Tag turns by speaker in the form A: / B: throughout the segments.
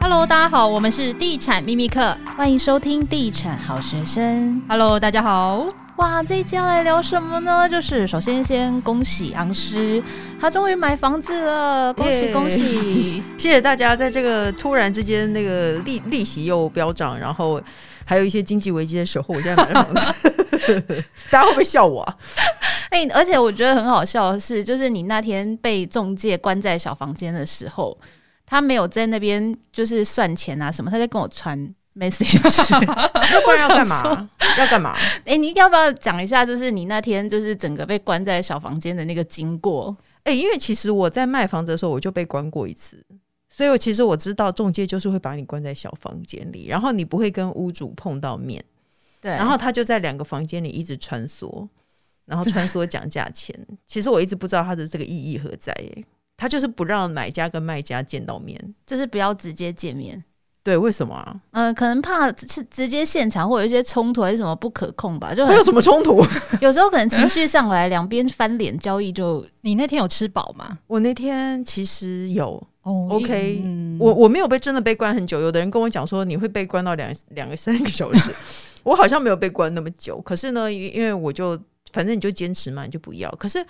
A: Hello，大家好，我们是地产秘密课。
B: 欢迎收听《地产好学生
A: Hello，大家好。》。
B: 哇，这一期要来聊什么呢？就是首先先恭喜昂师，他终于买房子了，恭喜
C: 耶
B: 恭 喜！
C: 谢谢大家，在这个突然之间，那个利利息又飙涨，然后还有一些经济危机的时候，我现在买了房 子，大家会不会笑我、啊？
B: 哎、而且我觉得很好笑的是，就是你那天被中介关在小房间的时候，他没有在那边就是算钱啊什么，他在跟我传 message。
C: 要不然要干
B: 我想说
C: 嘛？要干嘛？
B: 哎、你要不要讲一下，就是你那天就是整个被关在小房间的那个经过？
C: 哎、因为其实我在卖房子的时候，我就被关过一次，所以我其实我知道中介就是会把你关在小房间里，然后你不会跟屋主碰到面，
B: 对，
C: 然后他就在两个房间里一直穿梭，然后穿梭讲价钱。其实我一直不知道他的这个意义何在、耶他就是不让买家跟卖家见到面。
B: 就是不要直接见面。
C: 对，为什么啊？
B: 嗯、可能怕直直接现场会有一些冲突还是什么不可控吧，就
C: 会
B: 很
C: 有什么冲突？
B: 有时候可能情绪上来，两边翻脸交易就
A: 你那天有吃饱吗？
C: 我那天其实有
A: 哦
C: OK，、
A: 嗯
C: 我我没有被真的被关很久。有的人跟我讲说你会被关到两两个三个小时，我好像没有被关那么久。可是呢，因因为我就反正你就坚持嘛，你就不要。可是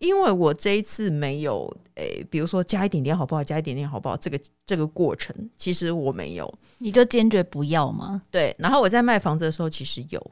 C: 因为我这一次没有诶、比如说加一点点好不好，加一点点好不好，这个这个过程其实我没有。
B: 你就坚决不要吗？
C: 对，然后我在卖房子的时候其实有，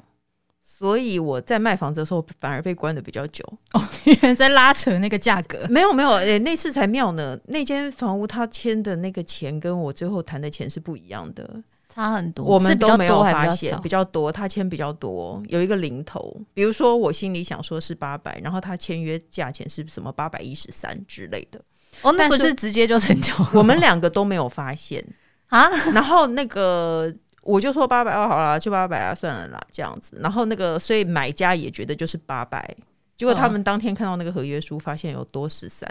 C: 所以我在卖房子的时候反而被关的比较久。
A: 因为在拉扯那个价 格。
C: 没有没有，诶、那次才妙呢。那间房屋他签的那个钱跟我最后谈的钱是不一样的，
B: 差很多，
C: 我
B: 嗯是
C: 们
B: 比较
C: 都没有
B: 多还比
C: 发
B: 较
C: 现，
B: 少
C: 比较多，他签比较多，有一个零头。比如说我心里想说是八百，然后他签约价钱是什么八百一十三之类 的，
B: 哦，那
C: 但
B: 不
C: 是
B: 是直接就成交了
C: 我们两个都没有发现。
B: 啊？
C: 然后那个我就说八百二好啦，就八百啊，算了啦，这样子。然后那个所以买家也觉得就是八百，结果他
A: 嗯
C: 们当天看到那个合约书，发现有多十三。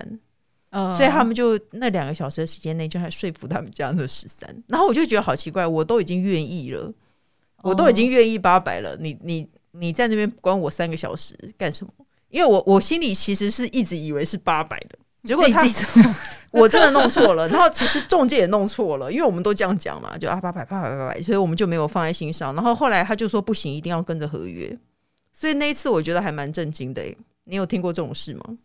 A: 呃
C: 所以他
B: 哦
C: 们就那两个小时的时间内就还说服他们家那十三，然后我就觉得好奇怪，我都已经愿意了，
A: 哦
C: 我都已经愿意八百了，你你你在那边关我三个小时干什么？因为我我心里其实是一直以为是八百的，
B: 哦
C: 结果
A: 自己
C: 他
A: 记住
C: 我真的弄错了，然后其实中介也弄错了，因为我们都这样讲嘛，就啊八百八百八百，所以我们就没有放在心上。然后后来他就说不行，一定要跟着合约，所以那一次我觉得还蛮震惊的、欸。你有听过这种事吗？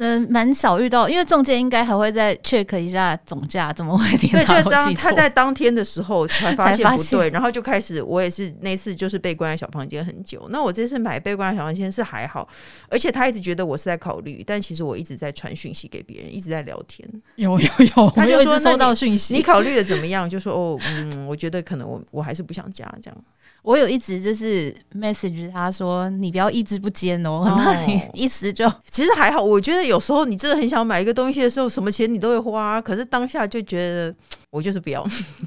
B: 嗯，蛮少遇到，因为中介应该还会再 check 一下总价，怎么会连
C: 对，
B: 他
C: 就
B: 都
C: 当
B: 记
C: 他
B: 错？
C: 在当天的时 候才发
B: 才
C: 现
B: 发
C: 不
B: 现
C: 对，然后就开始我也是那次就是被关在小房间很久。那我这次买被关在小房间是还好，而且他一直觉得我是在考虑，但其实我一直在传讯息给别人，一直在聊天。
A: 有有有，
C: 他就
A: 我有一直
C: 说那
A: 收到
C: 你
A: 讯
C: 你
A: 息，
C: 考虑的怎么样？就说哦，嗯，我觉得可能我我还是不想加这样。
B: 我有一直就是 message 他说，你不要意志不坚哦，很怕你
C: 哦
B: 一时就
C: 其实还好，我觉得有时候你真的很想买一个东西的时候，什么钱你都会花，可是当下就觉得我就是不要，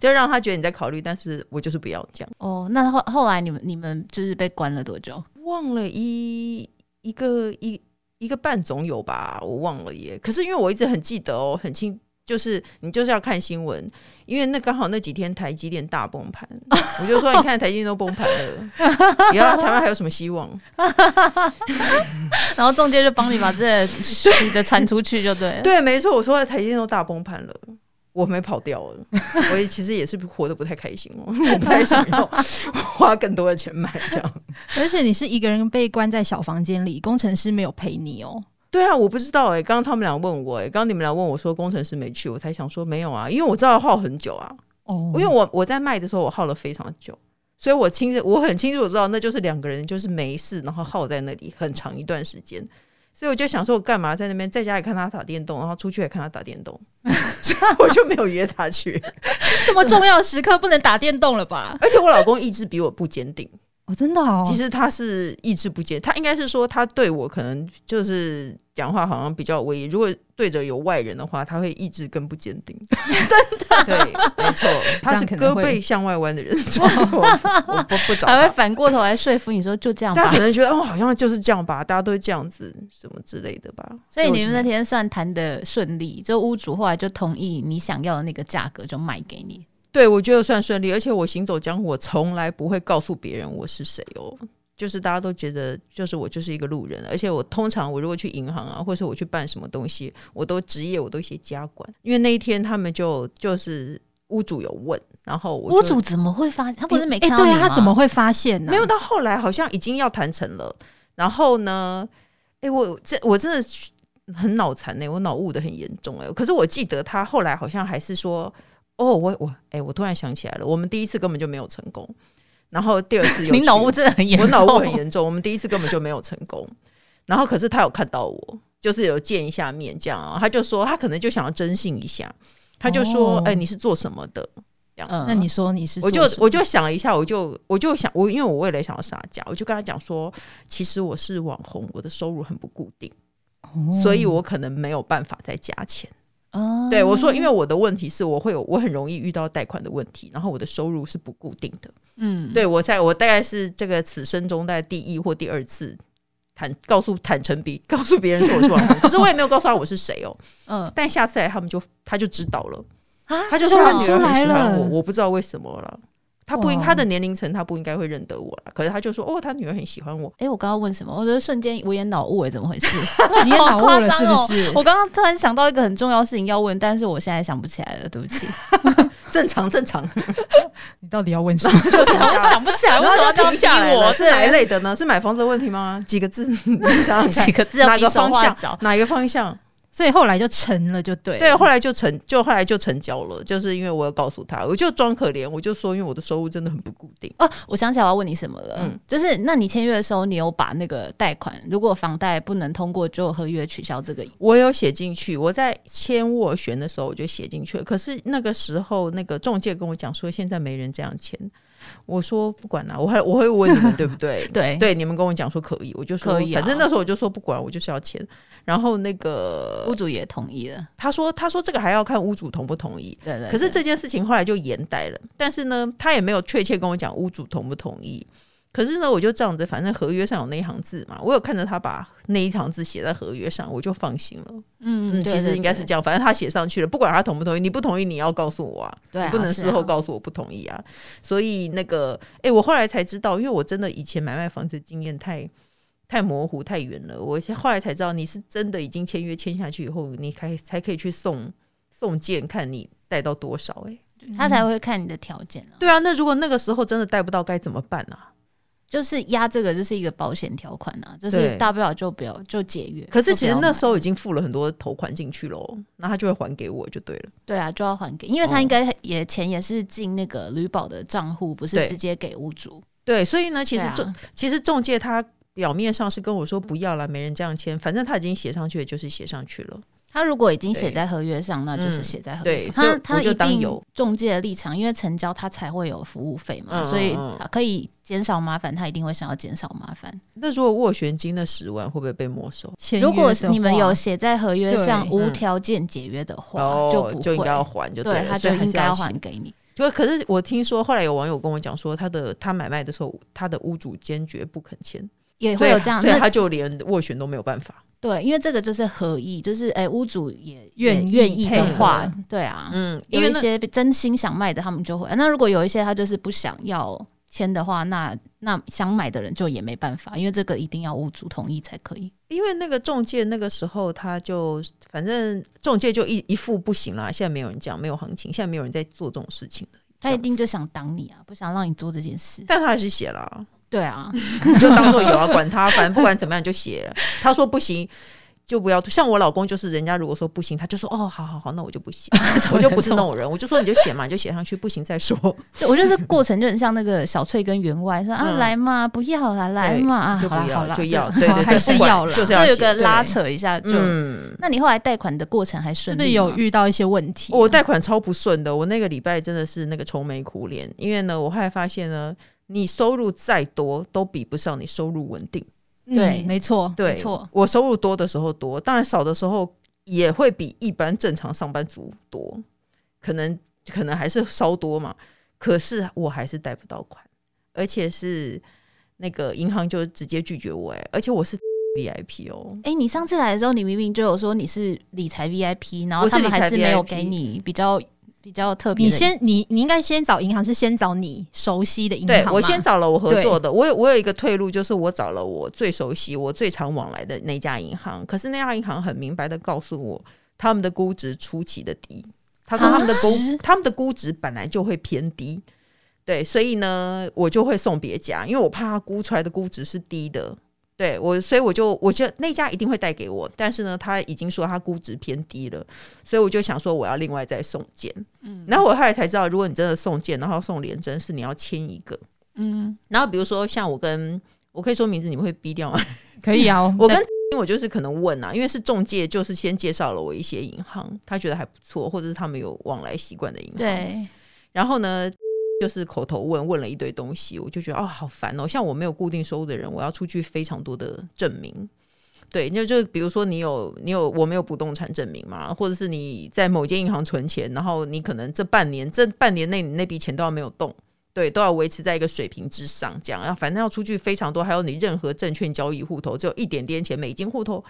C: 就让他觉得你在考虑，但是我就是不要这样。
B: 哦。那后后来你们你们就是被关了多久？
C: 忘了一一个一一个半总有吧，我忘了耶。可是因为我一直很记得哦，很清，就是你就是要看新闻，因为那刚好那几天台积电大崩盘，我就说你看台积电都崩盘了，以后台湾还有什么希望？
B: 然后中介就帮你把这虚的传出去就 对了。
C: 对，没错，我说台积电都大崩盘了。我没跑掉了，我也其实也是活得不太开心哦，我不太想要花更多的钱买这样。
A: 而且你是一个人被关在小房间里，工程师没有陪你哦。
C: 对啊，我不知道哎、刚刚他们俩问我哎、刚刚你们俩问我说工程师没去，我才想说没有啊，因为我知道耗很久啊，
B: 嗯
A: 哦
C: 因为我我在卖的时候我耗了非常久，所以我清楚我很清楚知道那就是两个人就是没事，然后耗在那里很长一段时间，所以我就想说我干嘛在那边在家里看他打电动，然后出去也看他打电动，所以我就没有约他去，
A: 这么重要的时刻不能打电动了吧？
C: 而且我老公意志比我不坚定。
A: 哦，真的哦
C: 其实他是意志不坚，他应该是说他对我可能就是讲话好像比较威，如果对着有外人的话，他会意志更不坚定。真的，对，没错，他是
A: 这样可能
C: 胳
A: 会
C: 膊向外弯的人，所以我我不不找
B: 还会
C: 他。
B: 反过头来说服你说就这样
C: 大家
B: 吧
C: 可。能觉得哦，好像就是这样吧，大家都会这样子什么之类的吧。
B: 所以
C: 我
B: 你
C: 就
B: 们那
C: 没有
B: 天算谈的顺利，就屋主后来就同意你想要的那个价格就卖给你。
C: 对我觉得算顺利，而且我行走江湖，我从来不会告诉别人我是谁哦。就是大家都觉得，就是我就是一个路人，而且我通常我如果去银行啊，或者我去办什么东西，我都职业我都写家管，因为那一天他们就就是屋主有问，然后我
B: 屋
C: 就
B: 主怎么会发现？他不是没
A: 哎
B: 看到
A: 对
B: 你
A: 啊，
B: 吗、
A: 他怎么会发现呢、
C: 没有到后来好像已经要谈成了，然后呢，哎，我这我真的很脑残呢、我脑雾的很严重哎、可是我记得他后来好像还是说，哦，我我哎，我突然想起来了，我们第一次根本就没有成功，然后第二次又
B: 你脑
C: 去
B: 雾真的很严
C: 我
B: 重，
C: 脑雾很严重，我们第一次根本就没有成功。然后可是他有看到我，就是有见一下面这样啊，他就说他可能就想要征信一下，他就说：“
A: 哦
C: 哎、你是做什么的
B: 嗯
A: 那你说你是？”
C: 我就我就想了一下，我就我就想我因为我为了想要撒娇，我就跟他讲说，其实我是网红，我的收入很不固定，所以我可能没有办法再加钱。
B: 哦
C: 对我说，因为我的问题是我会有我很容易遇到贷款的问题，然后我的收入是不固定的。
B: 嗯，
C: 对我在我大概是这个此生中大概第一或第二次坦告诉坦诚比告诉别人说我是网红，可是我也没有告诉他我是谁哦。
B: 嗯
C: 但下次来他们就他就知道了，
B: 啊，
C: 他就说他
B: 真
C: 女
B: 的
C: 儿
A: 出
C: 很
A: 来
C: 喜欢
A: 了
C: 我，我不知道为什么了。他不应
A: 哇
C: 他的年龄层他不应该会认得我了，可是他就说哦，他女儿很喜欢我。
B: 哎、我刚刚问什么？我觉得瞬间我也脑雾哎，怎么回事？
A: 你也脑
B: 好
A: 雾
B: 夸
A: 了
B: 张
A: 是
B: 哦
A: 不是？
B: 我刚刚突然想到一个很重要的事情要问，但是我现在想不起来了，对不 起，
C: 正常正常，
A: 你到底要问什么？
B: 就是好像想不起来，
C: 然
B: 为
C: 后
B: 什么要
C: 就
B: 这样逼
C: 停下来
B: 我？
C: 了。是哪一
B: 对
C: 类的呢？是买房子的问题吗？几 个字？你想想看
B: 几个字要
C: 哪
B: 比
C: 个
B: 手
C: 方
B: 画
C: 向
B: 脚？？
C: 哪一个方向？
A: 所以后来就成了，就对了。
C: 对，后啊来就成就后来就成交了，就是因为我有告诉他，我就装可怜，我就说因为我的收入真的很不固定。
B: 哦，我想起来我要问你什么了，
C: 嗯
B: 就是那你签约的时候，你有把那个贷款，如果房贷不能通过，就合约取消这个。
C: 我有写进去，我在签斡旋的时候我就写进去了。可是那个时候，那个中介跟我讲说，现在没人这样签。我说不管啦、我还我会问你们对不对？
B: 对
C: 对，你们跟我讲说可以，我就说
B: 可以啊
C: 反正那时候我就说不管，我就是要签。然后那个
B: 屋主也同意了，
C: 他说他说这个还要看屋主同不同意。
B: 对对
C: 可是
B: 对
C: 这件事情后来就延待了，但是呢，他也没有确切跟我讲屋主同不同意。可是呢，我就这样子，反正合约上有那一行字嘛，我有看着他把那一行字写在合约上，我就放心了。
B: 嗯
C: 嗯，其实应该是这样，反正他写上去了，不管他同不同意，你不同意你要告诉我啊，
B: 对啊
C: 你不能
B: 是啊
C: 事后告诉我不同意啊。所以那个，哎、我后来才知道，因为我真的以前买卖房子经验太太模糊太远了，我现后来才知道，你是真的已经签约签下去以后，你才才可以去送送件，看你贷到多少、哎，
B: 对他才会看你的条件啊，
C: 对啊，那如果那个时候真的贷不到，该怎么办啊？
B: 就是压这个就是一个保险条款啊，就是
C: 对
B: 大不了就不要就解约。
C: 可是
B: 就不
C: 其实
B: 要
C: 那
B: 买
C: 时候已经付了很多头款进去喽，那他就会还给我就对了。
B: 对啊就要还给，因为他
C: 哦
B: 应该也钱也是进那个旅保的账户，不是
C: 对
B: 直接给屋主。
C: 对，所以呢，其实
B: 对啊
C: 这。其实中介他表面上是跟我说不要了，没人这样签，反正他已经写上去了，就是写上去了。
B: 他如果已经写
C: 对
B: 在合约上，那就是
C: 嗯
B: 写在合约
C: 对
B: 上。
C: 所
B: 他
C: 以
B: 他
C: 我就
B: 一
C: 当
B: 定
C: 有
B: 中介的立场，因为成交他才会有服务费嘛，
C: 嗯
B: 所以
C: 嗯嗯
B: 他可以减少麻烦，他一定会想要减少麻烦。
C: 那如果斡旋金那十万会不会被没收？
A: 签约的
B: 如
A: 话
B: 果你们有写在合约上
A: 对
B: 无
C: 嗯
B: 条件解约的话，
C: 哦
B: 不
C: 就应该要
B: 会。
C: 还就
B: 对，
C: 了，
B: 他
C: 所
B: 就
C: 以还
B: 应
C: 是
B: 该要
C: 要
B: 还
C: 写。
B: 给你。
C: 就可是我听说后来有网友跟我讲说，他的他买卖的时候，他的屋主坚决不肯签，
B: 也
C: 所
B: 会
C: 以
B: 有这样，
C: 啊所以
B: 那
C: 他就连斡旋都没有办法。
B: 对，因为这个就是合意，就是哎、屋主也
A: 愿
B: 也
A: 意
B: 愿意
A: 配
B: 的
A: 合
B: 话，对啊，
C: 嗯，因
B: 有
C: 为
B: 一
C: 那
B: 些真心想卖的，他们就会。啊那如果有一些他就是不想要签的话，那那想买的人就也没办法，因为这个一定要屋主同意才可以。
C: 因为那个中介那个时候他就反正中介就一一副不行啦，现在没有人讲，没有行情，现在没有人在做这种事情了。
B: 他一定就想挡你啊，不想让你做这件事。
C: 但他还是写了啊、
B: 对啊，
C: 你就当做有啊，管他，反正不管怎么样你就写了。他说不行。就不要像我老公，就是人家如果说不行，他就说哦，好好好，那我就不写，我就不是那种人，我就说你就写嘛，你就写上去，不行再说，
B: 对啊我觉得这过程就很像那个小翠跟员外说啊，
C: 嗯
B: 来嘛，不要啦，来嘛，啊，
C: 就
B: 好啦
C: 不
B: 好
C: 要
B: 啦，
C: 就要，对对对，
A: 还是
C: 不管
A: 要啦
C: 就是
B: 就
C: 要
B: 有
C: 写
B: 个拉。
C: 对
B: 扯一下就。
C: 嗯，
B: 那你后来贷款的过程还
A: 是
B: 顺
A: 不
B: 利吗？
A: 是有遇到一些问题啊？
C: 我贷款超不顺的，我那个礼拜真的是那个愁眉苦脸，因为呢，我后来发现呢，你收入再多都比不上你收入稳定。
A: 嗯
B: 对
A: 没错，
C: 对，
B: 没错
C: 我收入多的时候多，当然少的时候也会比一般正常上班族多，可能可能还是稍多嘛。可是我还是贷不到款，而且是那个银行就直接拒绝我、哎，而且我是 VIP 哦，
B: 哎、你上次来的时候，你明明就有说你是理财 VIP，然后
C: 我是
B: 他们还
C: 理财
B: 是没有
C: VIP
B: 给你比较比较特别
A: 你
B: 的。
A: 先你你应该先找银行，是先找你熟悉的银行
C: 对
A: 嘛。
C: 我先找了我合
A: 对
C: 作的，我有我有一个退路，就是我找了我最熟悉、我最常往来的那家银行。可是那家银行很明白的告诉我，他们的估值出奇的低，他说他们的估、
B: 啊
C: 他们的估值本来就会偏低，对，所以呢，我就会送别家，因为我怕他估出来的估值是低的。对我，所以我就我就那家一定会带给我，但是呢，他已经说他估值偏低了，所以我就想说我要另外再送件。嗯，然后我后来才知道，如果你真的送件，然后送连针是你要签一个。
B: 嗯，
C: 然后比如说像我跟我可以说名字，你们会逼掉吗？
A: 可以啊，
C: 嗯我
A: 在
C: 跟 我就是可能问啊，因为是中介，就是先介绍了我一些银行，他觉得还不错，或者是他们有往来习惯的银行。。
B: 对，
C: 然后呢，就是口头问问了一堆东西，我就觉得哦，好烦哦。像我没有固定收入的人，我要出具非常多的证明。对，那就比如说你有你有我没有不动产证明嘛，或者是你在某间银行存钱，然后你可能这半年这半年内你那笔钱都要没有动，对，都要维持在一个水平之上，这样啊，反正要出具非常多，还有你任何证券交易户头只有一点点钱，每间户头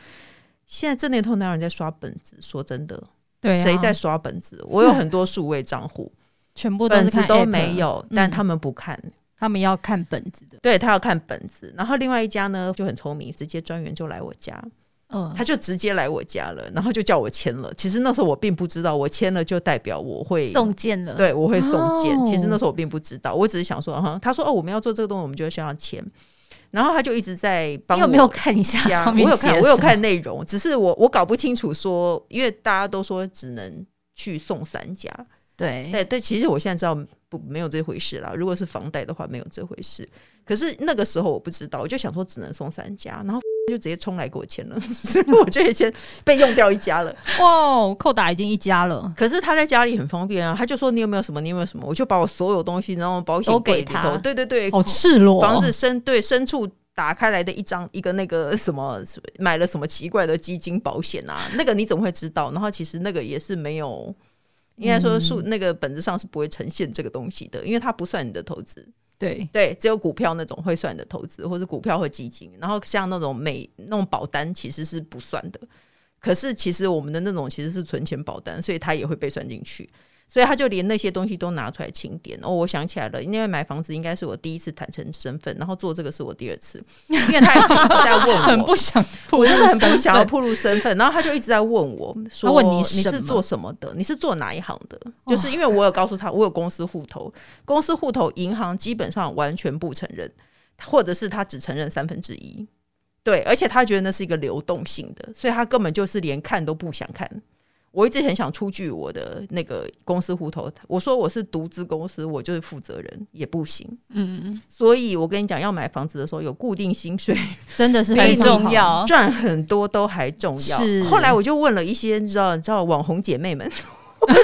C: 现在这年头哪有人在刷本子？说真的，
A: 对、啊，
C: 谁在刷本子？我有很多数位账户，
A: 全部都是
C: 本子
A: 看
C: 都
A: app
C: 没，有，
A: 嗯
C: 但他们不看，
A: 他们要看本子的。
C: 对他要看本子。然后另外一家呢就很聪明，直接专员就来我家，
B: 嗯
C: 他就直接来我家了，然后就叫我签了。其实那时候我并不知道，我签了就代表我会
B: 送件了，，
C: 对，我会送件。
A: 哦
C: 其实那时候我并不知道，我只是想说，哈、他说哦，我们要做这个东西，我们就要先要签。然后他就一直在帮
B: 你
C: 我。
B: 有没有看一下
C: 呀
B: 上面
C: 我有
B: 写
C: 看，我有
B: 什么，
C: 看内容，只是我我搞不清楚说，因为大家都说只能去送三家，
B: 对，
C: 对对，其实我现在知道不没有这回事啦。如果是房贷的话，没有这回事。可是那个时候我不知道，我就想说只能送三家，然后就直接冲来给我签了， 所以我就已经被用掉一家了。
B: 哦
A: 哇，扣打已经一家了，
C: 可是他在家里很方便啊，他就说你有没有什么，你有没有什么，我就把我所有东西，然后保险
B: 都
C: 柜
B: 给
C: 里
B: 他
C: 头，对对对，
A: 好赤裸、哦。
C: 房子深对深处。打开来的一张一个那个什么买了什么奇怪的基金保险啊，那个你怎么会知道？然后其实那个也是没有，应该说数、那个本质上是不会呈现这个东西的，因为它不算你的投资。
A: 对，
C: 对，只有股票那种会算你的投资，或是股票和基金。然后像那种美那种保单其实是不算的，可是其实我们的那种其实是存钱保单，所以它也会被算进去。所以他就连那些东西都拿出来清点。哦，我想起来了，因为买房子应该是我第一次坦诚身份，然后做这个是我第二次，因为他一直在问我，
A: 很不想
C: 我真的很不
A: 身
C: 想要
A: 份
C: 暴露身份，然后他就一直在问我说：“
A: 他问你
C: 你
A: 什
C: 是
A: 么
C: 做什么的？你是做哪一行的？”就是因为我有告诉他，我有公司户头，公司户头银行基本上完全不承认，或者是他只承认三分之一。对，而且他觉得那是一个流动性的，所以他根本就是连看都不想看。我一直很想出具我的那个公司户头，我说我是独资公司，我就是负责人，也不行。
B: 嗯，
C: 所以我跟你讲，要买房子的时候有固定薪水，
A: 真的是
C: 非
B: 很
A: 非常
B: 重
A: 好。
B: 要，
C: 赚很多都还重要
A: 是。
C: 后来我就问了一些，你知道，你知道网红姐妹们， 我就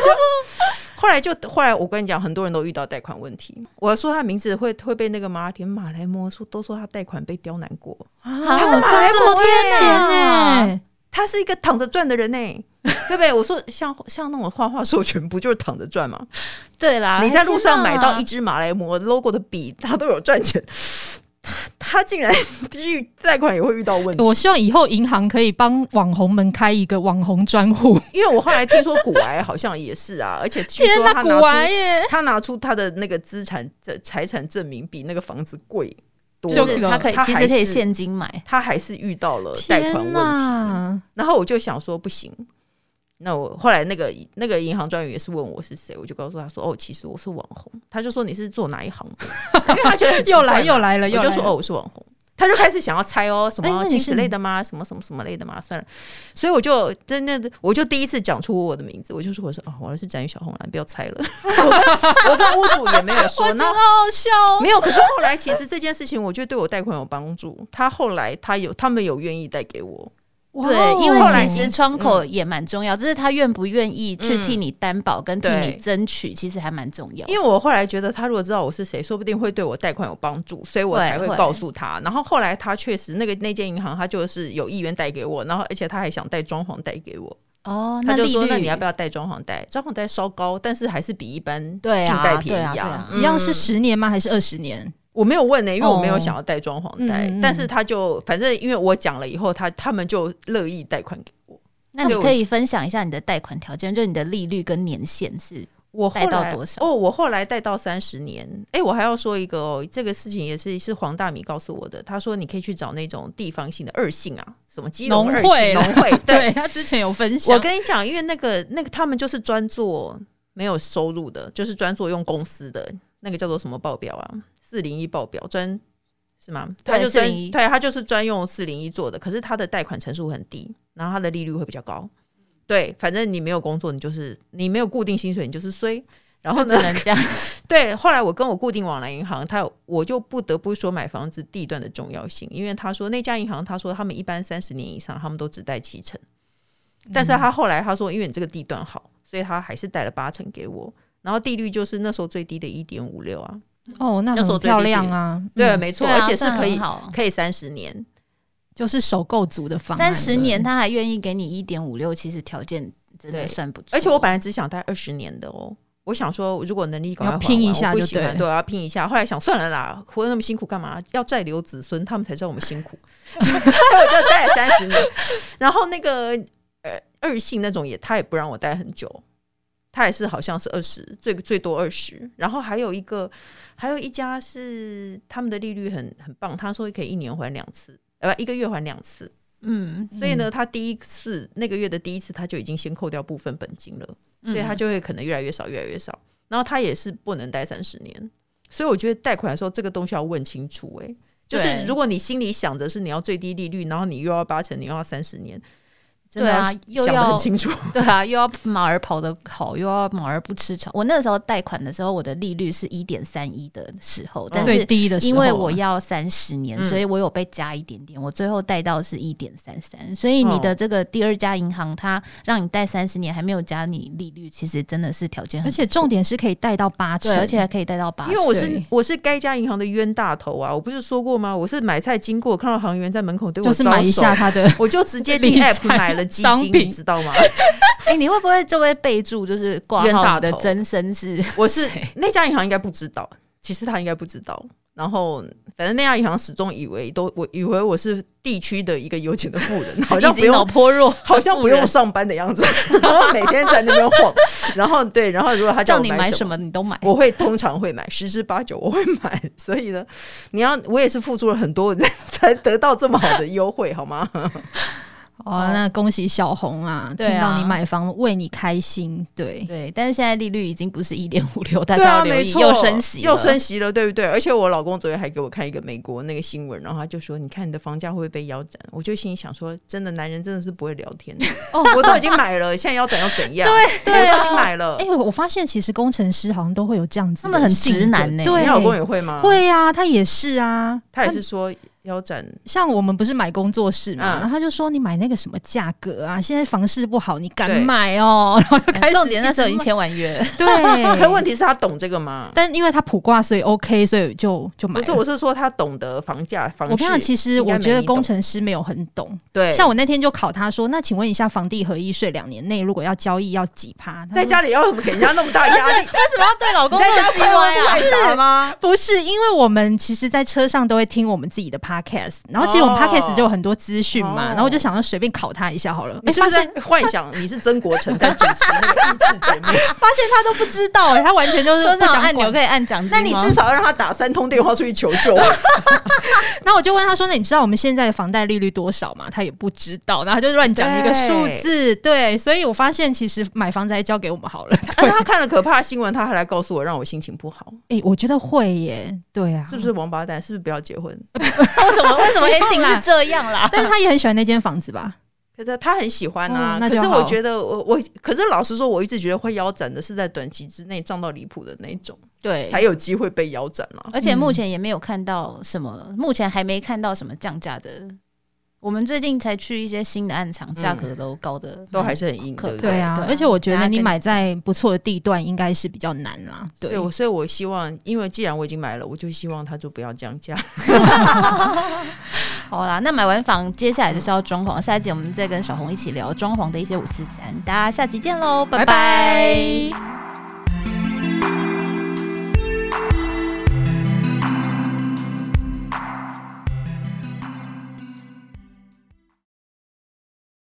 C: 后来就后来我跟你讲，很多人都遇到贷款问题。我说他名字会会被那个马田马来摩说，都说他贷款被刁难过。
A: 啊
C: 他是
A: 我
C: 马
A: 赚
C: 来
A: 这么
C: 摩
A: 多
C: 耶
A: 钱欸呢、
C: 他是一个躺着赚的人呢、对不对？我说像像那种画画授权不就是躺着赚吗？
B: 对
A: 啊
B: 啦，
C: 你在路上买到一
B: 天
C: 支马来摩 logo 的笔，他都有赚钱。他他竟然 遇贷款也会遇到问题，
A: 我希望以后银行可以帮网红们开一个网红 专户。
C: 因为我后来听说古癌好像也是啊，而且据说他
A: 古
C: 拿
B: 哎
A: 玩
C: 出
A: 耶！
C: 他拿出他的那个资产这财产证明比那个房子贵多
B: 哪
A: 就
B: 就是
A: 了
C: 了，
B: 他可以
C: 他
B: 其
C: 还
B: 实可以
C: 是
B: 现金买，
C: 他还是遇到了贷款问题。
A: 天哪，
C: 然后我就想说不行，那我后来那个那个银行专员也是问我是谁，我就告诉他说哦，其实我是网红。他就说你是做哪一行的？ 因为他觉得很奇怪
A: 又来
C: 嘛
A: 又来了，又
C: 我
A: 来
C: 就
A: 了
C: 说哦，我是网红。他就开始想要猜哦，什
A: 哎
C: 么
A: 那你
C: 青
A: 是
C: 石类的吗？什么什么什么类的吗？算了，所以我就真的，我就第一次讲出我的名字，我就说我说哦，我是展宇小红兰，不要猜了。 我跟我跟屋主也没有说，
A: 我觉得
C: 那
A: 好笑哦。
C: 没有。可是后来其实这件事情，我觉得对我贷款有帮助。他后来他有他们有愿意贷给我，
A: 哇哦
B: 对，因为
C: 后来
B: 其
C: 你嗯
B: 实窗口也蛮重要，就是他愿不愿意去替你担保跟替
C: 对
B: 你争取，其实还蛮重要的。
C: 因为我后来觉得他如果知道我是谁，说不定会对我贷款有帮助，所以我才会
B: 会会
C: 告诉他。然后后来他确实那个那间银行，他就是有意愿贷给我，然后而且他还想贷装潢贷给我。
B: 哦，
C: 他就
B: 利
C: 说：“
B: 率
C: 那你要不要带装潢贷？装潢贷稍高，但是还是比一般
B: 对
C: 信
B: 啊
C: 贷便
B: 对
C: 宜嗯
B: 啊对啊
A: 一样是十年吗？还是二十年？
C: 我没有问呢、因为我没有
A: 哦
C: 想要带装潢贷，
A: 嗯嗯嗯
C: 但是他就反正因为我讲了以后，他他们就乐意贷款给我。
B: 那你
C: 对我
B: 可以分享一下你的贷款条件，就你的利率跟年限是
C: 我后
B: 贷到
C: 来
B: 多少
C: 哦，我后来贷到三十年。哎、我还要说一个哦，这个事情也是是黄大米告诉我的。他说你可以去找那种地方性的二性啊，什么基隆
B: 农
C: 二
B: 会
C: 性农会。对，
B: 他之前有分享，
C: 我跟你讲，因为那个那个他们就是专做没有收入的，就是专做用公司的那个叫做什么报表啊，四零一报表专是吗？
B: 对
C: 他就专
B: 401
C: 对他就是专用四零一做的，可是他的贷款成数很低，然后他的利率会比较高。对，反正你没有工作，你就是你没有固定薪水，你就是衰。然后
B: 就
C: 呢
B: 只，能这 样，
C: 对，后来我跟我固定往来银行，他有我就不得不说买房子地段的重要性，因为他说那家银行，他说他们一般三十年以上，他们都只贷七成，
B: 嗯
C: 但是他后来他说，因为你这个地段好，所以他还是贷了八成给我，然后地率就是那时候最低的一点五六啊，
A: 哦，那
C: 那时候
A: 很
C: 最
A: 漂
C: 低是
A: 亮啊！
C: 对，
A: 嗯
C: 没错，
B: 对啊
C: 而且是
B: 算
C: 可以
B: 很好
C: 可以三十年，
A: 就是首购族的方
B: 三
A: 案
B: 十年，他还愿意给你一点五六，其实条件真的
C: 对
B: 算不错。
C: 而且我本来只想贷二十年的哦。我想说，如果能力赶快
A: 要
C: 还
A: 拼一
C: 完
A: 下
C: 我不
A: 就
C: 喜
A: 对
C: 欢，
A: 了
C: 对，我要拼一下。后来想，算了啦，活得那么辛苦干嘛？要再留子孙，他们才知道我们辛苦。 所以我就贷了三十年。然后那个呃二性那种也，他也不让我贷很久，他也是好像是二十，最最多二十。然后还有一个，还有一家是他们的利率很很棒，他说可以一年还两次，呃，不一个月还两次。
B: 嗯，
C: 所以呢，他第一次那个月的第一次，他就已经先扣掉部分本金了，
B: 嗯
C: 所以他就会可能越来越少，越来越少。然后他也是不能贷三十年，所以我觉得贷款的时候，这个东西要问清楚、欸。就是
B: 对
C: 如果你心里想着是你要最低利率，然后你又要八成，你又要三十年，真的
B: 对啊又
C: 想得
B: 要
C: 很清楚。
B: 对啊，又要马儿跑得好，又要马儿不吃草。我那时候贷款的时候，我的利率是一点三一的时候，但
A: 最
B: 是
A: 低的时候
B: 因
A: 啊，
B: 为我要三十年，
C: 嗯
B: 所以我有被加一点点，我最后贷到是一点三三。所以你的
C: 哦
B: 这个第二家银行，它让你贷三十年还没有加你利率，其实真的是条件很
A: 而且重点是可以贷到八成，
B: 对，而且还可以贷到八
A: 啊
C: 因为我是
A: 对
C: 我是该家银行的冤大头啊！我不是说过吗？我是买菜经过看到行员在门口对我
A: 就是
C: 招
A: 买一
C: 手
A: 下，他的
C: 我就直接
A: 理
C: 进
A: 财
C: app 买了基
A: 商
C: 金，
A: 品
C: 你知道吗？
B: 哎、你会不会就会备注就是挂
C: 冤
B: 号
C: 大
B: 你的
C: 头
B: 真身 是？
C: 我是
B: 谁
C: 那家银行应该不知道，其实他应该不知道。然后，反正那家银行始终以为都我以为我是地区的一个有钱的 富人，好像
B: 已
C: 不
B: 经脑
C: 用
B: 颇弱，
C: 好像不用上班的样子， 然后每天在那边晃。然后对，然后如果他
B: 叫
C: 我
B: 你
C: 买
B: 买
C: 什
B: 什么你都买。
C: 我会通常会买，十之八九我会买。所以呢，你要我也是付出了很多，我才才得到这么好的优惠，好吗？
A: 哦，那恭喜小红啊，
B: 对啊
A: 听到你买房为你开心，对，
B: 对，但是现在利率已经不是一点五六，大
C: 对
B: 家要
C: 啊，
B: 留
C: 没
B: 意、
C: 错，
B: 又升息，
C: 又升。息了，对不对？而且我老公昨天还给我看一个美国那个新闻，然后他就说：“你看你的房价会不会被腰斩？”我就心里想说：“真的，男人真的是不会聊天的。哦，我都已经买了，现在腰斩又怎样？对
B: 对啊
C: 我都已经买了。
A: 哎、我发现其实工程师好像都会有这样子的性格，
B: 他们很直男欸
A: 对，
C: 你老公也会吗？，
A: 会啊，他也是啊，
C: 他也是说腰斩。
A: 像我们不是买工作室嘛，
C: 嗯
A: 然后他就说你买那个什么价格啊，现在房市不好，你敢
C: 对
A: 买哦？然后
C: 哎
A: 就开始
B: 重点那时候已经签完约了，
A: 对，
C: 可问题是他懂这个吗？
A: 但因为他普挂，所以 OK，所以就就买
C: 不
A: 了。
C: 是，我是说他懂得房价房市。
A: 我跟你讲，其实
C: 应该
A: 我
C: 没
A: 觉得
C: 你懂
A: 工程师没有很懂。
C: 对，
A: 像我那天就考他说，那请问一下，房地合一税两年内如果要交易要几趴？他
C: 在
A: 说
C: 家里要怎么给人家那么大压力？
B: 为什么要对老
C: 你
B: 公
C: 在家
B: 那么
C: 不
B: 鸡歪啊？
C: 会打吗？
A: 不是，因为我们其实，在车上都会听我们自己的 podcast，然后其实我们
C: 哦
A: podcast 就有很多资讯嘛，
C: 哦
A: 然后我就想要随便考他一下好了。
C: 你是不
A: 发
C: 是
A: 现
C: 在幻想你是曾国成在主持那个益智节目？
A: 发现他都不知道、哎，他完 全就是
B: 车
A: 不
B: 上
A: 想
B: 按钮
A: 管。
B: 可以按奖金
C: 那你
B: 吗
C: 至少要让他打三通电话出去求救。啊
A: 那我就问他说：“那你知道我们现在的房贷利率多少吗？”他也不知道，然后他就乱讲一个数字。对，所以我发现其实买房子还交给我们 好了。
C: 但他看了可怕的新闻，他还来告诉我，让我心情不 好，
A: 哎、我觉得会耶，对啊，
C: 是不？是王八蛋？是不是不要结婚？
B: 为什么为 什么 ending
A: 啦
B: 是这样啦？
A: 但是他也很喜欢那间房子吧？
C: 可是他很喜欢啊，
A: 哦那
C: 可
A: 就是好
C: 我觉得我我，可是老实说，我一直觉得会腰斩的是在短期之内涨到离谱的那种，
B: 对，
C: 才有机会被腰斩嘛。
B: 而且目前也没有看到什么，目前还没看到什么降价的。我们最近才去一些新的暗场，价格都高的
C: 嗯都还是很硬，
B: 可
C: 对不
A: 对
C: 对？
A: 啊，
B: 对啊
A: 而且我觉
B: 大
A: 得
B: 家
A: 你
B: 跟
A: 买在不错的地段应该是比较难啦。
C: 所
A: 对
C: 以，，我所以我希望，因为既然我已经买了，我就希望他就不要降价。
B: 好啦，那买完房，接下来就是要装潢。下一集我们再跟小红一起聊装潢的一些五四三，大家下集见喽，拜
C: 拜拜
B: 拜